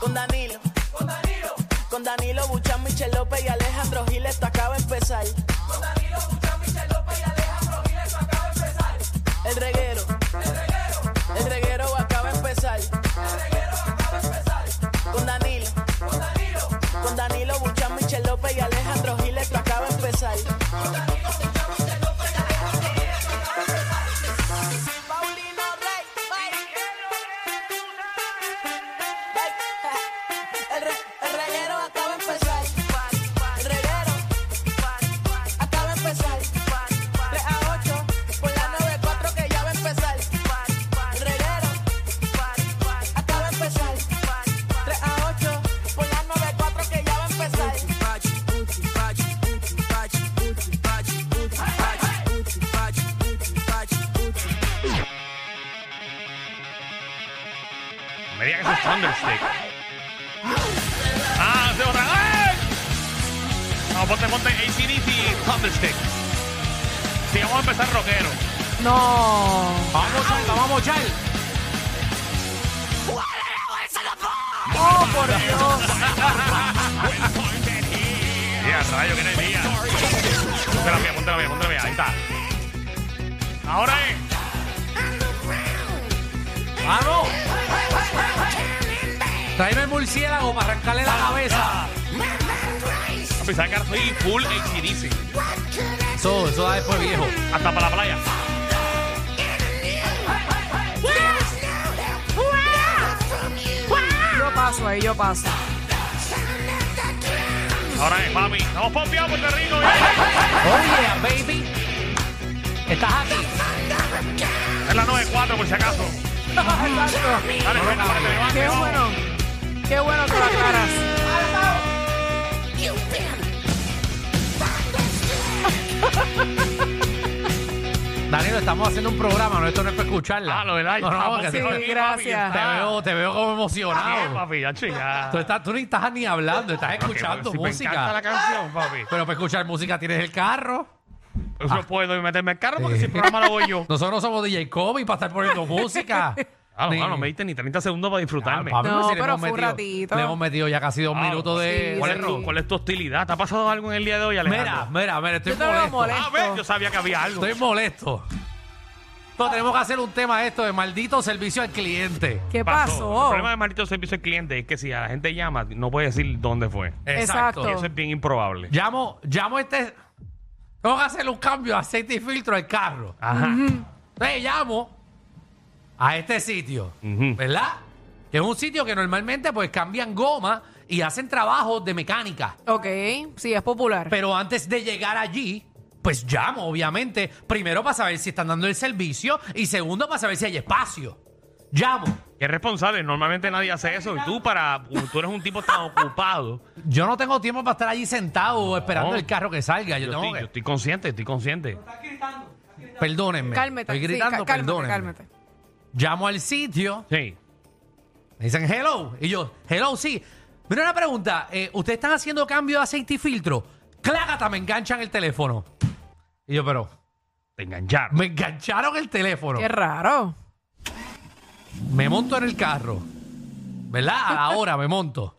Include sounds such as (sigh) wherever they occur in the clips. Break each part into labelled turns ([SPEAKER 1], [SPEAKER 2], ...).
[SPEAKER 1] con Danilo. Con Danilo. Con Danilo Buchan, Michel López y Alejandro Gil, esto acaba de empezar. Con Danilo Buchan, Michel López y Alejandro Gil, esto acaba de empezar. El reguero. El reguero. El reguero acaba de empezar. El reguero acaba de empezar. Con Danilo. Con Danilo. Con Danilo Buchan, Michel López y Alejandro Gil, esto acaba de empezar. Con Danilo Buchan, Michel López y Alejandro Gil, esto acaba de empezar. Paulino Rey. El, re- el reguero acaba de empezar. El reguero acaba de empezar. 3 a 8 por la 94 que ya va a empezar. El reguero acaba de empezar. 3 a 8 por la 94 que ya va a empezar.
[SPEAKER 2] Me digan que eso es Thunderstick. ¡Ah, se borra! ¡Ay! No, ponte, ponte ACDC Thunderstick. Sí, vamos a empezar rockero.
[SPEAKER 3] No.
[SPEAKER 4] Vamos a la vamos a
[SPEAKER 3] Oh, por Dios.
[SPEAKER 2] (laughs) Mira, rayo, que energía. Ponte la mía, ponte la mía, ponte la mía. Ahí está. Ahora es.
[SPEAKER 4] ¡Vamos! Ah, Tráeme el murciélago para arrancarle la
[SPEAKER 2] Ah.
[SPEAKER 4] cabeza.
[SPEAKER 2] Papi, ¿sabes que ahora soy full ACDC?
[SPEAKER 4] Eso, eso da después viejo.
[SPEAKER 2] Hasta para la playa.
[SPEAKER 3] Yo paso ahí, yo paso.
[SPEAKER 2] Ahora es, mami. Estamos pompeados, Puerto Rico. bien.
[SPEAKER 4] Oh yeah, baby. Estás aquí.
[SPEAKER 2] Es la 9-4, por si acaso.
[SPEAKER 3] Exacto.
[SPEAKER 2] Dale, venga, párate, levante,
[SPEAKER 3] Qué
[SPEAKER 2] vamos.
[SPEAKER 3] bueno. Qué bueno que lo aclaras.
[SPEAKER 4] Danilo, estamos haciendo un programa, no esto no es para escucharla.
[SPEAKER 2] Ah, lo del aire.
[SPEAKER 4] No, no, que
[SPEAKER 3] Sí,
[SPEAKER 4] te,
[SPEAKER 2] Papi,
[SPEAKER 3] gracias.
[SPEAKER 4] te
[SPEAKER 2] está-
[SPEAKER 4] veo, te veo como
[SPEAKER 2] Bien,
[SPEAKER 4] emocionado.
[SPEAKER 2] papi, ya chica. pues,
[SPEAKER 4] Tú, estás, tú ni estás ni hablando, estás escuchando
[SPEAKER 2] si Me encanta la
[SPEAKER 4] música.
[SPEAKER 2] canción, papi.
[SPEAKER 4] Pero para escuchar música tienes el carro.
[SPEAKER 2] Yo puedo meterme en el carro porque
[SPEAKER 4] Sí.
[SPEAKER 2] si el programa lo voy (laughs) yo.
[SPEAKER 4] Nosotros no somos DJ Kobe para estar
[SPEAKER 2] (laughs)
[SPEAKER 4] poniendo música.
[SPEAKER 2] Ah, no,
[SPEAKER 4] Ni-
[SPEAKER 2] ah, no me diste ni 30 segundos para
[SPEAKER 4] Ah,
[SPEAKER 2] disfrutarme.
[SPEAKER 4] Pablo,
[SPEAKER 3] No,
[SPEAKER 4] si le
[SPEAKER 3] pero
[SPEAKER 4] hemos
[SPEAKER 3] fue un
[SPEAKER 4] metido-
[SPEAKER 3] ratito.
[SPEAKER 4] Le hemos metido ya casi dos
[SPEAKER 2] Ah,
[SPEAKER 4] minutos de.
[SPEAKER 3] sí,
[SPEAKER 2] ¿Cuál,
[SPEAKER 4] de
[SPEAKER 2] es, tu-
[SPEAKER 4] rock.
[SPEAKER 2] cuál es tu hostilidad? ¿Te ha pasado algo en el día de hoy, Alejandro?
[SPEAKER 4] Mira, mira, mira, estoy
[SPEAKER 3] Yo te veo
[SPEAKER 4] molesto.
[SPEAKER 3] molesto.
[SPEAKER 2] A ver, yo sabía que había algo.
[SPEAKER 4] Estoy molesto. No, tenemos que hacer un tema de esto de maldito servicio al cliente.
[SPEAKER 3] ¿Qué
[SPEAKER 2] El
[SPEAKER 3] pasó?
[SPEAKER 2] problema de maldito servicio al cliente es que si a la gente llama, no puede decir dónde fue.
[SPEAKER 3] Exacto.
[SPEAKER 2] Eso es bien improbable.
[SPEAKER 4] Llamo, llamo a este. Tengo que hacer un cambio de aceite y filtro al carro.
[SPEAKER 2] Ajá.
[SPEAKER 4] Entonces llamo a este sitio,
[SPEAKER 2] Ujú.
[SPEAKER 4] ¿verdad? Que es un sitio que normalmente pues cambian goma y hacen trabajos de mecánica.
[SPEAKER 3] Ok, sí, es popular.
[SPEAKER 4] Pero antes de llegar allí, pues llamo, obviamente. Primero para saber si están dando el servicio y segundo para saber si hay espacio. Llamo.
[SPEAKER 2] Qué responsable. Normalmente nadie hace eso. Y tú, para, tú eres un tipo tan ocupado.
[SPEAKER 4] Yo no tengo tiempo para estar allí sentado esperando el carro que salga. Ah, Yo,
[SPEAKER 2] Yo
[SPEAKER 4] tengo
[SPEAKER 2] estoy,
[SPEAKER 4] que-
[SPEAKER 2] yo estoy consciente, estoy consciente.
[SPEAKER 4] Perdónenme.
[SPEAKER 3] Cálmate.
[SPEAKER 4] Estoy
[SPEAKER 3] sí,
[SPEAKER 4] gritando,
[SPEAKER 3] cá- cálmate,
[SPEAKER 4] perdónenme.
[SPEAKER 3] cálmate.
[SPEAKER 4] Llamo al sitio,
[SPEAKER 2] Sí.
[SPEAKER 4] me dicen hello. Y yo, hello, sí. Mira una pregunta. eh, ¿Ustedes están haciendo cambio de aceite y filtro? Clágata, me enganchan el teléfono. Y yo, pero,
[SPEAKER 2] Te engancharon.
[SPEAKER 4] me engancharon el teléfono.
[SPEAKER 3] Qué raro.
[SPEAKER 4] Me monto en el carro. ¿Verdad? A la hora me monto.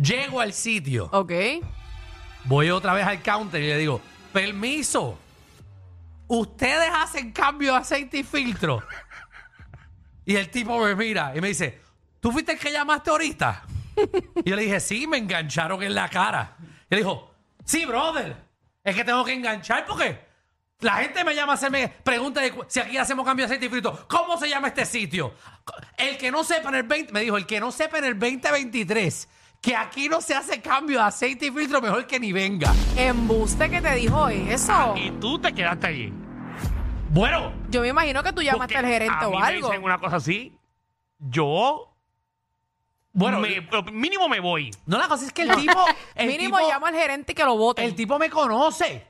[SPEAKER 4] Llego al sitio.
[SPEAKER 3] Ok.
[SPEAKER 4] Voy otra vez al counter y le digo, permiso. Ustedes hacen cambio de aceite y filtro. Y el tipo me mira y me dice, ¿tú fuiste el que llamaste ahorita? Y yo le dije, sí, me engancharon en la cara. Y él dijo, sí, brother, es que tengo que enganchar porque la gente me llama a hacerme preguntas de cu- si aquí hacemos cambio de aceite y frito. ¿Cómo se llama este sitio? El que no sepa en el 20, me dijo, el que no sepa en el 2023 que aquí no se hace cambio de aceite y filtro, mejor que ni venga.
[SPEAKER 3] Embuste que te dijo eso.
[SPEAKER 2] Y tú te quedaste allí.
[SPEAKER 4] Bueno,
[SPEAKER 3] Yo me imagino que tú llamaste
[SPEAKER 2] Porque
[SPEAKER 3] al gerente
[SPEAKER 2] a mí
[SPEAKER 3] o algo.
[SPEAKER 2] Me dicen una cosa así. Yo.
[SPEAKER 4] bueno,
[SPEAKER 2] me- lo mínimo me voy.
[SPEAKER 4] no la cosa es que el tipo, el
[SPEAKER 3] (laughs) Mínimo
[SPEAKER 4] tipo,
[SPEAKER 3] llama al gerente y que lo voten.
[SPEAKER 4] el tipo me conoce.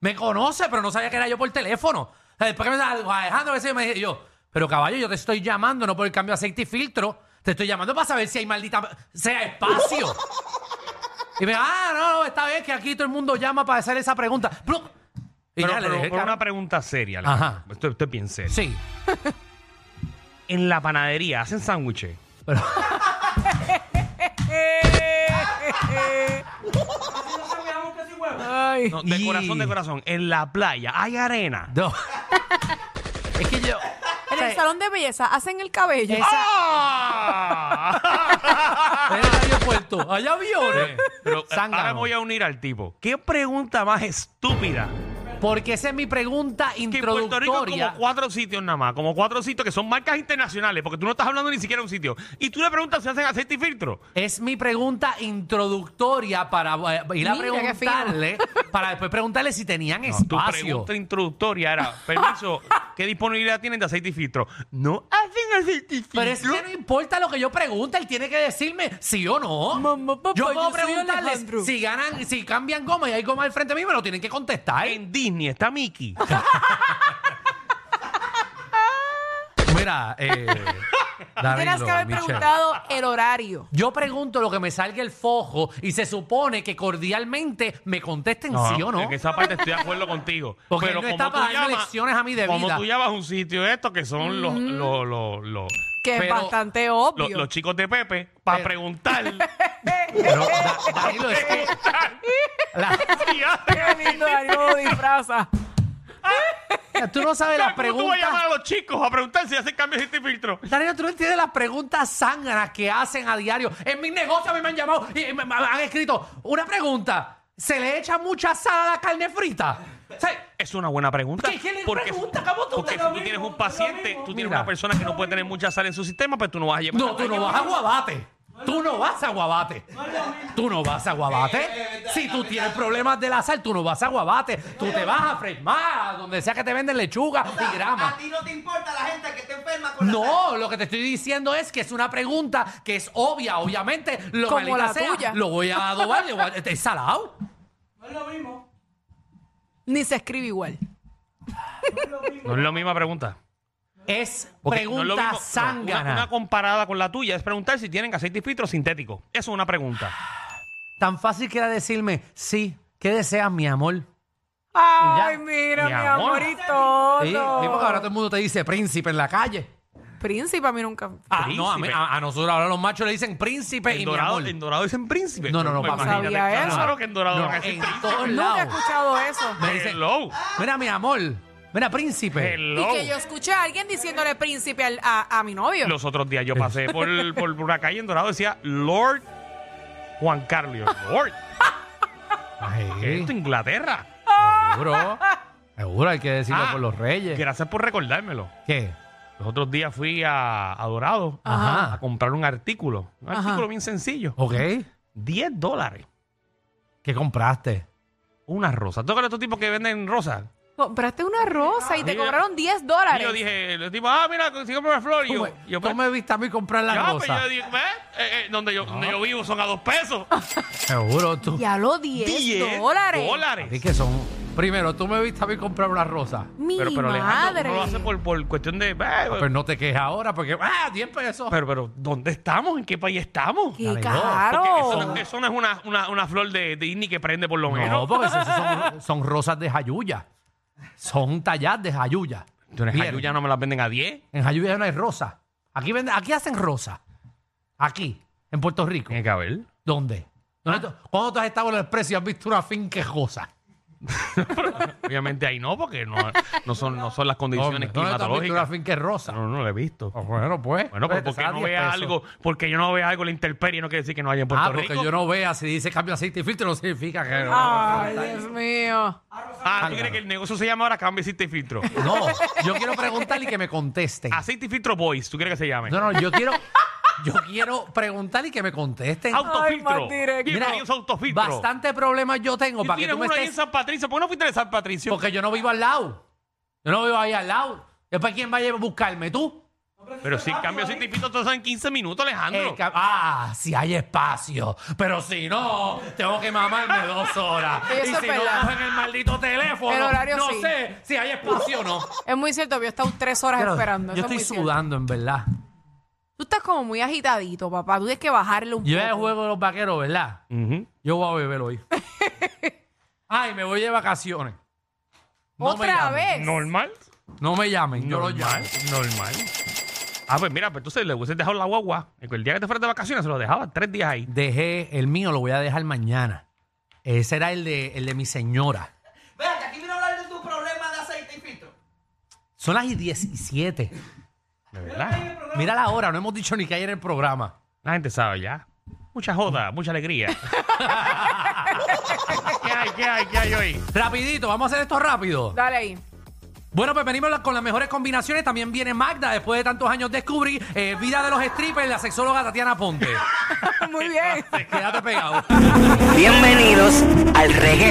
[SPEAKER 4] Me conoce, pero no sabía que era yo por teléfono. O sea, Después que me dijo, Alejandro, a veces me dije yo, pero caballo, yo te estoy llamando no por el cambio de aceite y filtro, te estoy llamando para saber si hay maldita sea
[SPEAKER 3] (laughs)
[SPEAKER 4] espacio. y me dijo, ah, no, no, esta vez que aquí todo el mundo llama para hacer esa pregunta. Plup. Y
[SPEAKER 2] Pero,
[SPEAKER 4] ya le
[SPEAKER 2] pero
[SPEAKER 4] dejé el
[SPEAKER 2] por
[SPEAKER 4] carro.
[SPEAKER 2] una pregunta seria.
[SPEAKER 4] Ajá.
[SPEAKER 2] Alejandro. Esto, esto es bien serio.
[SPEAKER 4] Sí. (laughs)
[SPEAKER 3] (laughs)
[SPEAKER 2] En la panadería hacen sándwiches.
[SPEAKER 4] Pero-
[SPEAKER 3] Ay.
[SPEAKER 2] No, de
[SPEAKER 4] Y-
[SPEAKER 2] corazón, de corazón. En la playa hay arena.
[SPEAKER 4] No. es que yo.
[SPEAKER 3] En el salón de belleza hacen el cabello.
[SPEAKER 2] (laughs) ¡Ah!
[SPEAKER 4] En el aeropuerto. Hay aviones.
[SPEAKER 2] Pero, eh, ahora
[SPEAKER 4] Zángano.
[SPEAKER 2] me voy a unir al tipo. ¿Qué pregunta más estúpida?
[SPEAKER 4] Porque esa es mi pregunta
[SPEAKER 2] Que en Puerto Rico hay como
[SPEAKER 4] introductoria.
[SPEAKER 2] cuatro sitios nada más, como cuatro sitios que son marcas internacionales, porque tú no estás hablando ni siquiera de un sitio. Y tú le preguntas si hacen aceite y filtro.
[SPEAKER 4] Es mi pregunta introductoria para eh, ir a
[SPEAKER 3] Mira, qué fino.
[SPEAKER 4] preguntarle, para después preguntarle si tenían
[SPEAKER 2] Tu
[SPEAKER 4] espacio.
[SPEAKER 2] pregunta introductoria era, permiso, ¿qué disponibilidad tienen de aceite y filtro? No hacen aceite y filtro.
[SPEAKER 4] Pero es que no importa lo que yo pregunte, él tiene que decirme sí o no.
[SPEAKER 3] Mamá, papá,
[SPEAKER 4] yo puedo
[SPEAKER 3] pues yo soy
[SPEAKER 4] preguntarles
[SPEAKER 3] Alejandro.
[SPEAKER 4] si ganan, si cambian goma y hay goma al frente mío, me lo tienen que contestar.
[SPEAKER 2] En Disney está Mickey.
[SPEAKER 4] (laughs) Mira, eh,
[SPEAKER 3] Tienes
[SPEAKER 4] Danilo,
[SPEAKER 3] que haber
[SPEAKER 4] Michelle.
[SPEAKER 3] preguntado el horario.
[SPEAKER 4] Yo pregunto lo que me salga el fojo y se supone que cordialmente me contesten sí o no.
[SPEAKER 2] En esa parte estoy de acuerdo contigo.
[SPEAKER 4] (laughs) Porque él no está para darme
[SPEAKER 2] llamas-
[SPEAKER 4] lecciones a Mm. mí de
[SPEAKER 2] como
[SPEAKER 4] vida.
[SPEAKER 2] tú llamas a un sitio de estos que son los, los, los, los,
[SPEAKER 3] Que
[SPEAKER 4] Pero-
[SPEAKER 3] es bastante
[SPEAKER 2] los-
[SPEAKER 3] obvio.
[SPEAKER 2] los chicos de Pepe, para
[SPEAKER 4] Pero- (laughs)
[SPEAKER 2] preguntar.
[SPEAKER 4] Pero, Da- Danilo,
[SPEAKER 2] (laughs)
[SPEAKER 4] es que la-
[SPEAKER 2] si hacen
[SPEAKER 3] Qué lindo, Danilo lo disfraza.
[SPEAKER 4] tú no sabes
[SPEAKER 2] ¿Cómo tú vas
[SPEAKER 4] las
[SPEAKER 2] a
[SPEAKER 4] preguntas.
[SPEAKER 2] llamar a los chicos a preguntar si hacen cambios de filtro?
[SPEAKER 4] Danilo, tú no entiendes las preguntas sangranas que hacen a diario. En mis negocios a mí me han llamado y me, me han escrito una pregunta. ¿Se le echa mucha sal a la carne frita? O sea,
[SPEAKER 2] Es una buena pregunta.
[SPEAKER 4] ¿Qué- qué le pregunta? ¿Cómo tú
[SPEAKER 2] porque
[SPEAKER 4] te
[SPEAKER 2] si
[SPEAKER 4] lo
[SPEAKER 2] tú
[SPEAKER 4] mismo,
[SPEAKER 2] tienes
[SPEAKER 4] te
[SPEAKER 2] un
[SPEAKER 4] lo
[SPEAKER 2] paciente,
[SPEAKER 4] mismo?
[SPEAKER 2] tú tienes
[SPEAKER 4] Mira.
[SPEAKER 2] una persona que no puede tener mucha sal en su sistema, pero tú no vas a llevar.
[SPEAKER 4] No, tú no vas a Guabate. Tú no vas a Guabate. Tú no vas a
[SPEAKER 2] Eh,
[SPEAKER 4] Guabate. Si tú tienes problemas de la sal, tú no vas a Guabate. Tú te vas a Fresmar, a donde sea que te venden lechuga y grama.
[SPEAKER 5] A ti no te importa la gente que está enferma con la sal.
[SPEAKER 4] No, lo que te estoy diciendo es que es una pregunta que es obvia, obviamente. Lo
[SPEAKER 3] Como
[SPEAKER 4] maldita
[SPEAKER 3] la
[SPEAKER 4] sea,
[SPEAKER 3] tuya.
[SPEAKER 4] Lo voy a adobar, le voy a- es salado.
[SPEAKER 3] Ni se escribe igual.
[SPEAKER 2] No es la misma pregunta.
[SPEAKER 4] Es
[SPEAKER 2] Porque no es lo
[SPEAKER 4] pregunta
[SPEAKER 2] mismo- no,
[SPEAKER 4] zángana.
[SPEAKER 2] una, una comparada con la tuya es preguntar si tienen aceite y filtro sintético. Eso es una pregunta.
[SPEAKER 4] Tan fácil que era decirme, sí, ¿qué deseas, mi amor?
[SPEAKER 3] Ay,
[SPEAKER 4] ya.
[SPEAKER 3] mira,
[SPEAKER 2] Mi
[SPEAKER 3] mi,
[SPEAKER 2] amor.
[SPEAKER 3] amorito.
[SPEAKER 4] Sí, sí, porque ahora todo el mundo te dice príncipe en la calle.
[SPEAKER 3] Príncipe, a mí nunca.
[SPEAKER 4] Ah, no, a, mí-
[SPEAKER 2] Príncipe.
[SPEAKER 4] a- a nosotros ahora los machos le dicen príncipe y
[SPEAKER 2] En
[SPEAKER 4] mi
[SPEAKER 2] dorado,
[SPEAKER 4] amor.
[SPEAKER 2] en dorado dicen príncipe.
[SPEAKER 4] No, no, no,
[SPEAKER 2] Pues
[SPEAKER 4] papá.
[SPEAKER 2] imagínate,
[SPEAKER 3] Sabía eso.
[SPEAKER 2] Claro que en dorado
[SPEAKER 4] No,
[SPEAKER 2] van a decir
[SPEAKER 4] en
[SPEAKER 2] príncipe.
[SPEAKER 4] todos
[SPEAKER 3] Nunca he
[SPEAKER 4] lados.
[SPEAKER 3] escuchado eso.
[SPEAKER 4] Me dicen,
[SPEAKER 2] Hello.
[SPEAKER 4] mira mi amor, mira príncipe.
[SPEAKER 2] Hello.
[SPEAKER 3] Y que yo escuché a alguien diciéndole príncipe al- a, a mi novio.
[SPEAKER 2] Los otros días yo pasé por, por una calle en dorado decía Lord Juan Carlos. Y yo,
[SPEAKER 3] (laughs)
[SPEAKER 2] Lord. ¿Qué es esto?
[SPEAKER 4] Ay,
[SPEAKER 2] Inglaterra. (laughs)
[SPEAKER 4] seguro, seguro hay que decirlo
[SPEAKER 2] Ah,
[SPEAKER 4] por los reyes.
[SPEAKER 2] Gracias por recordármelo.
[SPEAKER 4] ¿Qué?
[SPEAKER 2] Los otros días fui a, a Dorado a
[SPEAKER 4] Ajá.
[SPEAKER 2] comprar un artículo. Un
[SPEAKER 3] Ajá.
[SPEAKER 2] artículo bien sencillo.
[SPEAKER 4] Ok,
[SPEAKER 2] 10 dólares.
[SPEAKER 4] ¿qué compraste?
[SPEAKER 2] Una rosa. ¿Tú crees estos tipos que venden rosas?
[SPEAKER 3] Compraste una rosa y te
[SPEAKER 2] Mira.
[SPEAKER 3] cobraron 10
[SPEAKER 2] Y yo
[SPEAKER 3] dólares.
[SPEAKER 2] dije, los tipos, ah, mira, consigo una flor. Y yo,
[SPEAKER 4] Tú me-
[SPEAKER 2] yo, pues,
[SPEAKER 4] tú me viste a mí comprar la
[SPEAKER 2] Ya, pues,
[SPEAKER 4] rosa.
[SPEAKER 2] yo digo, ¿ves? Eh, eh, donde, yo, donde yo vivo son a dos pesos.
[SPEAKER 4] Seguro tú.
[SPEAKER 3] Ya lo 10,
[SPEAKER 2] 10
[SPEAKER 3] Ah, dólares.
[SPEAKER 4] Así que son. Primero, tú me viste a mí comprar una rosa.
[SPEAKER 3] Mi
[SPEAKER 2] Pero, pero Alejandro,
[SPEAKER 3] madre. Ah,
[SPEAKER 2] uno lo hace por, por cuestión de... eh,
[SPEAKER 4] Pero no te quejes ahora porque. ¡Ah! 10 pesos.
[SPEAKER 2] pero, pero, ¿dónde estamos? ¿En qué país estamos?
[SPEAKER 3] Qué
[SPEAKER 4] Dale, no,
[SPEAKER 3] caro.
[SPEAKER 2] Porque Eso, no- eso no es una, una, una flor de, de Disney que prende por lo
[SPEAKER 4] No,
[SPEAKER 2] menos.
[SPEAKER 4] porque esas son, son rosas de Jayuya. Son tallas de Jayuya.
[SPEAKER 2] Entonces,
[SPEAKER 4] Bien.
[SPEAKER 2] Jayuya no me las venden a 10.
[SPEAKER 4] En Jayuya no hay rosa. Aquí, venden- aquí hacen rosa. Aquí, en Puerto Rico.
[SPEAKER 2] Tiene que haber.
[SPEAKER 4] ¿Dónde?
[SPEAKER 2] Ah.
[SPEAKER 4] ¿Dónde tú- ¿Cuándo tú has estado en el expreso y has visto una finca rosa?
[SPEAKER 2] Obviamente ahí no, porque no, no, son, no son las
[SPEAKER 4] Hombre,
[SPEAKER 2] condiciones
[SPEAKER 4] ¿Dónde tú has visto una
[SPEAKER 2] climatológicas.
[SPEAKER 4] finca rosa?
[SPEAKER 2] No, no lo he visto.
[SPEAKER 4] Ah, Bueno, pues.
[SPEAKER 2] Bueno, pues
[SPEAKER 4] Te
[SPEAKER 2] porque
[SPEAKER 4] sale
[SPEAKER 2] no
[SPEAKER 4] 10
[SPEAKER 2] vea
[SPEAKER 4] pesos.
[SPEAKER 2] algo, porque yo no vea algo en la intemperie no quiere decir que no haya en Puerto
[SPEAKER 4] Ah, porque
[SPEAKER 2] Rico.
[SPEAKER 4] yo no vea si dice cambio aceite y filtro, no significa que. no.
[SPEAKER 3] Ay, Dios mío.
[SPEAKER 2] Ah, ¿tú crees que el negocio se llama ahora cambio aceite y filtro?
[SPEAKER 4] No, yo quiero preguntarle y que me contesten.
[SPEAKER 2] Aceite y filtro boys, ¿tú crees que se llame?
[SPEAKER 4] No, no, yo quiero, yo quiero preguntarle y que me contesten.
[SPEAKER 2] Ah,
[SPEAKER 3] Ay,
[SPEAKER 2] Autofiltro.
[SPEAKER 3] más directo.
[SPEAKER 2] Bienvenidos a Autofiltro.
[SPEAKER 4] Bastante problemas yo tengo
[SPEAKER 2] Si
[SPEAKER 4] para que
[SPEAKER 2] tienes
[SPEAKER 4] tú me
[SPEAKER 2] uno ahí en
[SPEAKER 4] estés.
[SPEAKER 2] San Patricio, ¿por qué no fuiste de San Patricio?
[SPEAKER 4] Porque yo no vivo al lado. Yo no vivo ahí al lado. Después, ¿quién vaya a buscarme? ¿Tú?
[SPEAKER 2] Pero si cambio ese tipito, todos en 15 minutos, Alejandro.
[SPEAKER 4] El ca- ah, si hay espacio. Pero si no, tengo que
[SPEAKER 3] (laughs)
[SPEAKER 4] mamarme dos horas.
[SPEAKER 3] Eso
[SPEAKER 4] y
[SPEAKER 3] es
[SPEAKER 4] si
[SPEAKER 3] verdad.
[SPEAKER 4] no cogen el maldito teléfono,
[SPEAKER 3] El horario
[SPEAKER 4] no
[SPEAKER 3] sí.
[SPEAKER 4] sé si hay espacio o
[SPEAKER 3] (laughs)
[SPEAKER 4] no.
[SPEAKER 3] Es muy cierto, yo he estado tres horas
[SPEAKER 4] Pero
[SPEAKER 3] esperando.
[SPEAKER 4] yo
[SPEAKER 3] eso
[SPEAKER 4] estoy
[SPEAKER 3] es muy cierto.
[SPEAKER 4] sudando, en verdad.
[SPEAKER 3] Tú estás como muy agitadito, papá. Tú tienes que bajarle un
[SPEAKER 4] Yo
[SPEAKER 3] poco.
[SPEAKER 4] ya juego de los vaqueros, ¿verdad?
[SPEAKER 2] Ujú.
[SPEAKER 4] Yo voy a beber
[SPEAKER 3] (laughs)
[SPEAKER 4] hoy. Ay, me voy de vacaciones. No me
[SPEAKER 3] Otra
[SPEAKER 4] llamen.
[SPEAKER 3] vez.
[SPEAKER 2] Normal.
[SPEAKER 4] No me llamen, yo los
[SPEAKER 2] Normal.
[SPEAKER 4] llamo.
[SPEAKER 2] Normal. Ah, pues mira, pues entonces le hubiese dejado la guagua. El día que te fueras de vacaciones se lo dejaba tres días ahí.
[SPEAKER 4] Dejé el mío, lo voy a dejar mañana. Ese era el de, el de mi señora.
[SPEAKER 5] Vean, que aquí vino a hablar de tu problema de aceite y filtro.
[SPEAKER 4] Son las y 17.
[SPEAKER 2] De
[SPEAKER 5] Ahí en
[SPEAKER 2] verdad.
[SPEAKER 5] el programa.
[SPEAKER 4] Mira la hora, no hemos dicho ni que ayer el programa.
[SPEAKER 2] La gente sabe ya. Mucha joda, mucha alegría. (laughs) ¿Qué hay, qué hay, qué hay hoy?
[SPEAKER 4] Rapidito, vamos a hacer esto rápido.
[SPEAKER 3] Dale ahí. (laughs)
[SPEAKER 4] Bueno, pues venimos la- con las mejores combinaciones. También viene Magda, después de tantos años descubrí eh, Vida de los Strippers, la sexóloga Tatiana Ponte.
[SPEAKER 3] Muy bien.
[SPEAKER 4] Quédate pegado.
[SPEAKER 6] Bienvenidos al reguero.